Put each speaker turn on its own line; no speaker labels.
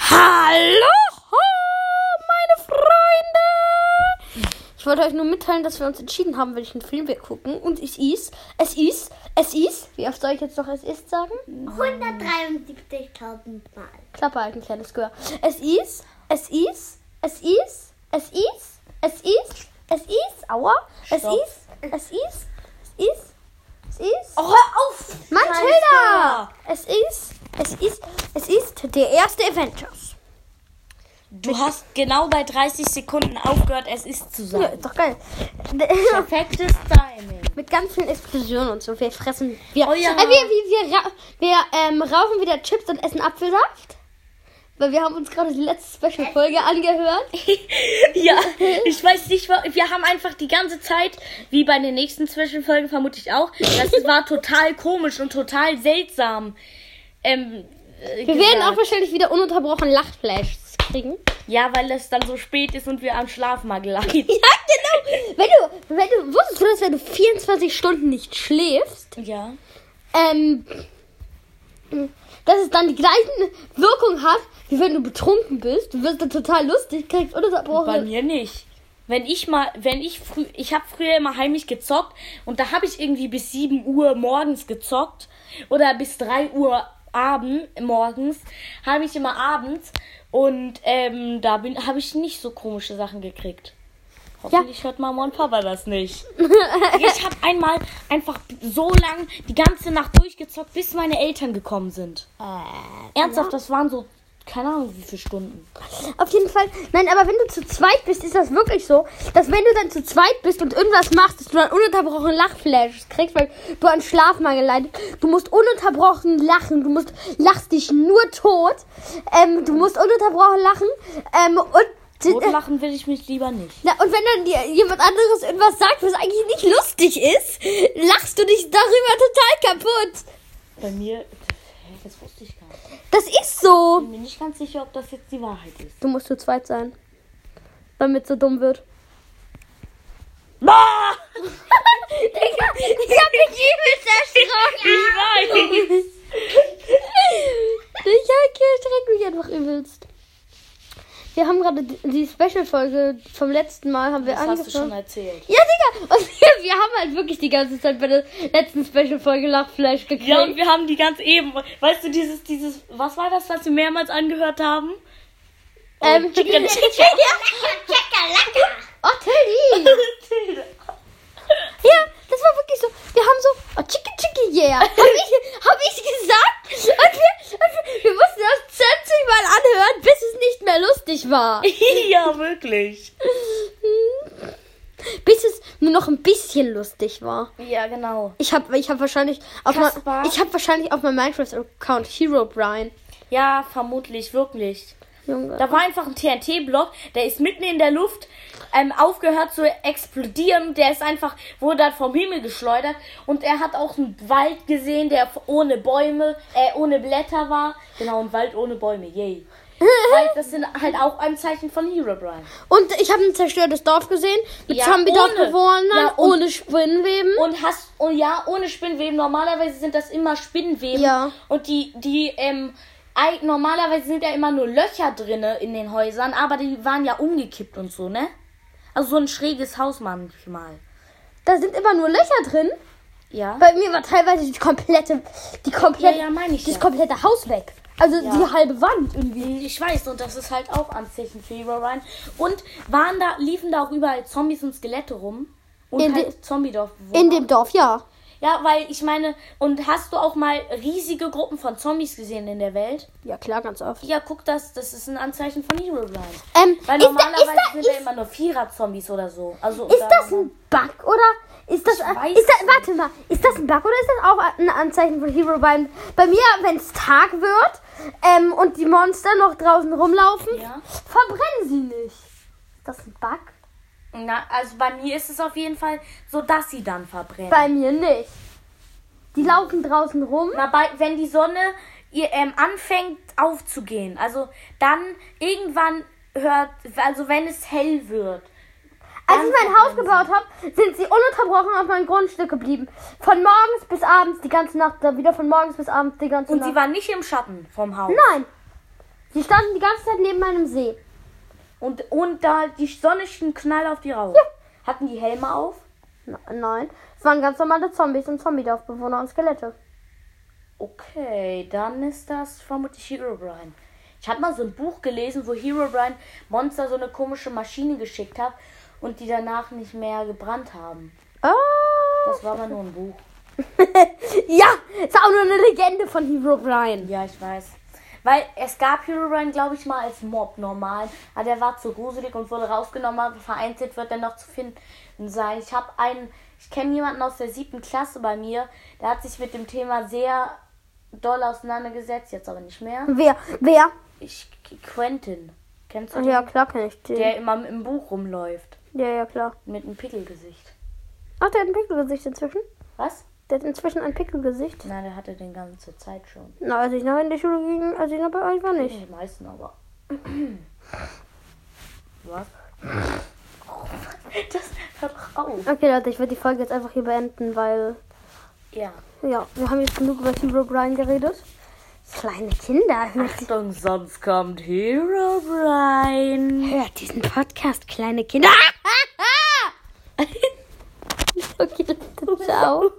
Hallo, meine Freunde! Ich wollte euch nur mitteilen, dass wir uns entschieden haben, welchen Film wir gucken. Und es ist, es ist, es ist, wie oft soll ich jetzt noch es ist sagen?
Mhm.
173.000 Mal.
Klappe halt ein kleines Gehör. Es ist, es ist, es ist, es ist, es ist, es ist, aua, es
Stopp.
ist, es ist, es ist, es ist.
Oh, hör auf!
Mathilda! Es ist, es ist, es ist der erste Avengers.
Du hast genau bei 30 Sekunden aufgehört, es ist zu
Ja,
sagen.
ist doch geil.
Perfektes Timing.
Mit ganz vielen Explosionen und so. Wir fressen. Wir,
Oh ja.
äh, wir, wir, wir, ra wir ähm, raufen wieder Chips und essen Apfelsaft. Weil wir haben uns gerade die letzte Special-Folge angehört.
Ja, ich weiß nicht, wa- wir haben einfach die ganze Zeit, wie bei den nächsten Zwischenfolgen vermute ich auch, das war total komisch und total seltsam. Ähm, äh,
Wir werden
gesagt.
auch wahrscheinlich wieder ununterbrochen Lachflashs kriegen.
Ja, weil es dann so spät ist und wir am Schlafmangel leiden.
Ja, genau. Wenn du, wenn du wusstest, du, dass wenn du 24 Stunden nicht schläfst,
Ja.
ähm, dass es dann die gleichen Wirkung hat, wie wenn du betrunken bist. Du wirst dann total lustig, kriegst
Bei
ununterbrochen.
mir nicht. Wenn ich mal, wenn ich früh, ich habe früher immer heimlich gezockt und da habe ich irgendwie bis 7 Uhr morgens gezockt oder bis 3 Uhr abend, morgens, habe ich immer abends und ähm, da bin, habe ich nicht so komische Sachen gekriegt. Hoffentlich hört Mama und Papa das nicht. ich habe einmal einfach so lang die ganze Nacht durchgezockt, bis meine Eltern gekommen sind. Ernsthaft, das waren so, keine Ahnung, wie viele Stunden.
Auf jeden Fall. Nein, aber wenn du zu zweit bist, ist das wirklich so, dass wenn du dann zu zweit bist und irgendwas machst, dass du dann ununterbrochen Lachflashes kriegst, weil du an Schlafmangel leidest. Du musst ununterbrochen lachen. Du musst lachst dich nur tot. Ähm, du musst ununterbrochen lachen. Ähm, und
Rot machen will ich mich lieber nicht.
na, und wenn dann dir jemand anderes irgendwas sagt, was eigentlich nicht lustig ist, lachst du dich darüber total kaputt.
Bei mir. Hä, Das wusste ich gar nicht.
Das ist so.
Ich bin mir nicht ganz sicher, ob das jetzt die Wahrheit ist.
Du musst zu zweit sein, damit so dumm wird. Digga, ich hab mich übelst erschrocken.
Ich weiß!
Ich erschrecke mich einfach übelst. Wir haben gerade die- die Special-Folge vom letzten Mal haben wir
Das hast du schon
angefangen.
erzählt.
Ja, Digga! Und wir, wir haben halt wirklich die ganze Zeit bei der letzten Special-Folge Lachfleisch gekriegt.
Ja, und wir haben die ganz eben. Weißt du, dieses, dieses. Was war das, was wir mehrmals angehört haben? Oh,
Ähm,
Chicken.
Oh, Teddy! Ja, das war wirklich so. Wir haben so, oh, Chicky Chicky Yeah, habe ich, hab ich gesagt. Und wir, und wir, wir mussten das 20 Mal anhören, bis es nicht mehr lustig war.
ja, wirklich.
Bis es nur noch ein bisschen lustig war.
Ja, genau.
Ich habe ich hab wahrscheinlich auf mein,
Kaspar.
ich hab wahrscheinlich auf meinem Minecraft-Account Hero Brian.
Ja, vermutlich, wirklich.
Junge.
Da war einfach ein TNT-Block, der ist mitten in der Luft ähm, aufgehört zu explodieren. Der ist einfach, wurde dann vom Himmel geschleudert. Und er hat auch einen Wald gesehen, der ohne Bäume, äh, ohne Blätter war. Genau, ein Wald ohne Bäume, yay. Weil das sind halt auch ein Zeichen von Herobrine.
Und ich habe ein zerstörtes Dorf gesehen, mit
Ja,
zombie dorf
ohne-
ja,
ja, und-
ohne Spinnenweben.
Und hast, oh ja, ohne Spinnweben. Normalerweise sind das immer Spinnweben.
Ja.
Und die, die, ähm, ei- normalerweise sind ja immer nur Löcher drinne in den Häusern, aber die waren ja umgekippt und so, ne? Also so ein schräges Haus manchmal.
Da sind immer nur Löcher drin.
Ja.
Bei mir war teilweise die komplette, die komplette,
Ja, ja, meine ich
das
ja.
komplette Haus weg. Also die halbe Wand irgendwie.
Ich weiß, und das ist halt auch Anzeichen für Herobrine. Und waren da, liefen da auch überall Zombies und Skelette rum. Und
In de-
halt Zombie-Dorf. wo
In
man-
dem Dorf, ja.
ja, weil ich meine, und hast du auch mal riesige Gruppen von Zombies gesehen in der Welt?
Ja, klar, ganz oft.
Ja, guck das, das ist ein Anzeichen von Herobrine.
Ähm,
Weil
ist, da,
normalerweise
ist, da,
sind
ist,
ja immer nur Vierer-Zombies oder so. Also
ist
oder-
das ein Bug oder ist das, ist
weiß
da, warte mal, ist das ein Bug oder ist das auch ein Anzeichen von Hero Brian? Bei mir, wenn es Tag wird ähm, und die Monster noch draußen rumlaufen,
Ja.
verbrennen sie nicht. Ist das ein Bug?
Na, also bei mir ist es auf jeden Fall so, dass sie dann verbrennen.
Bei mir nicht. Die laufen draußen rum.
Na, bei, wenn die Sonne ihr, ähm, anfängt aufzugehen, also dann irgendwann hört, also wenn es hell wird.
Als ich mein Haus gebaut habe, sind sie ununterbrochen auf meinem Grundstück geblieben. Von morgens bis abends die ganze Nacht, dann wieder von morgens bis abends die ganze
Und
Nacht.
sie war nicht im Schatten vom Haus.
Nein. Die standen die ganze Zeit neben meinem See.
Und, und da die Sonne schien knall auf die rauf. Hatten die Helme auf?
N- Nein, es waren ganz normale Zombies und Zombie-Dorfbewohner und Skelette.
Okay, dann ist das vermutlich Herobrine. Ich habe mal so ein Buch gelesen, wo Herobrine Monster so eine komische Maschine geschickt hat und die danach nicht mehr gebrannt haben.
Oh.
Das war aber nur ein Buch.
Ja, ist auch nur eine Legende von Hero Brian.
Ja, ich weiß. Weil es gab Herobrine, glaube ich, mal als Mob normal. Aber der war zu gruselig und wurde rausgenommen. Aber vereinzelt wird er noch zu finden sein. Ich habe einen, ich kenne jemanden aus der siebten Klasse bei mir. Der hat sich mit dem Thema sehr doll auseinandergesetzt. Jetzt aber nicht mehr.
Wer? Wer?
Ich, Quentin. Kennst du den?
Ja, klar kenn ich den.
Der immer im Buch rumläuft.
ja, ja, klar.
Mit einem Pickelgesicht.
Ach, der hat ein Pickelgesicht inzwischen?
Was?
Der hat inzwischen ein Pickelgesicht.
Nein, der hatte den ganze Zeit schon.
Na, als ich noch in die Schule ging, als ich noch bei euch war, nicht.
Die meisten aber. Was? Das hört doch auf.
Okay, Leute, ich werde die Folge jetzt einfach hier beenden, weil,
Ja.
ja, wir haben jetzt genug über Hero Brian geredet. Kleine Kinder, hört,
Achtung, sonst kommt Hero Brian.
hört diesen Podcast, kleine Kinder. okay, Leute, ciao.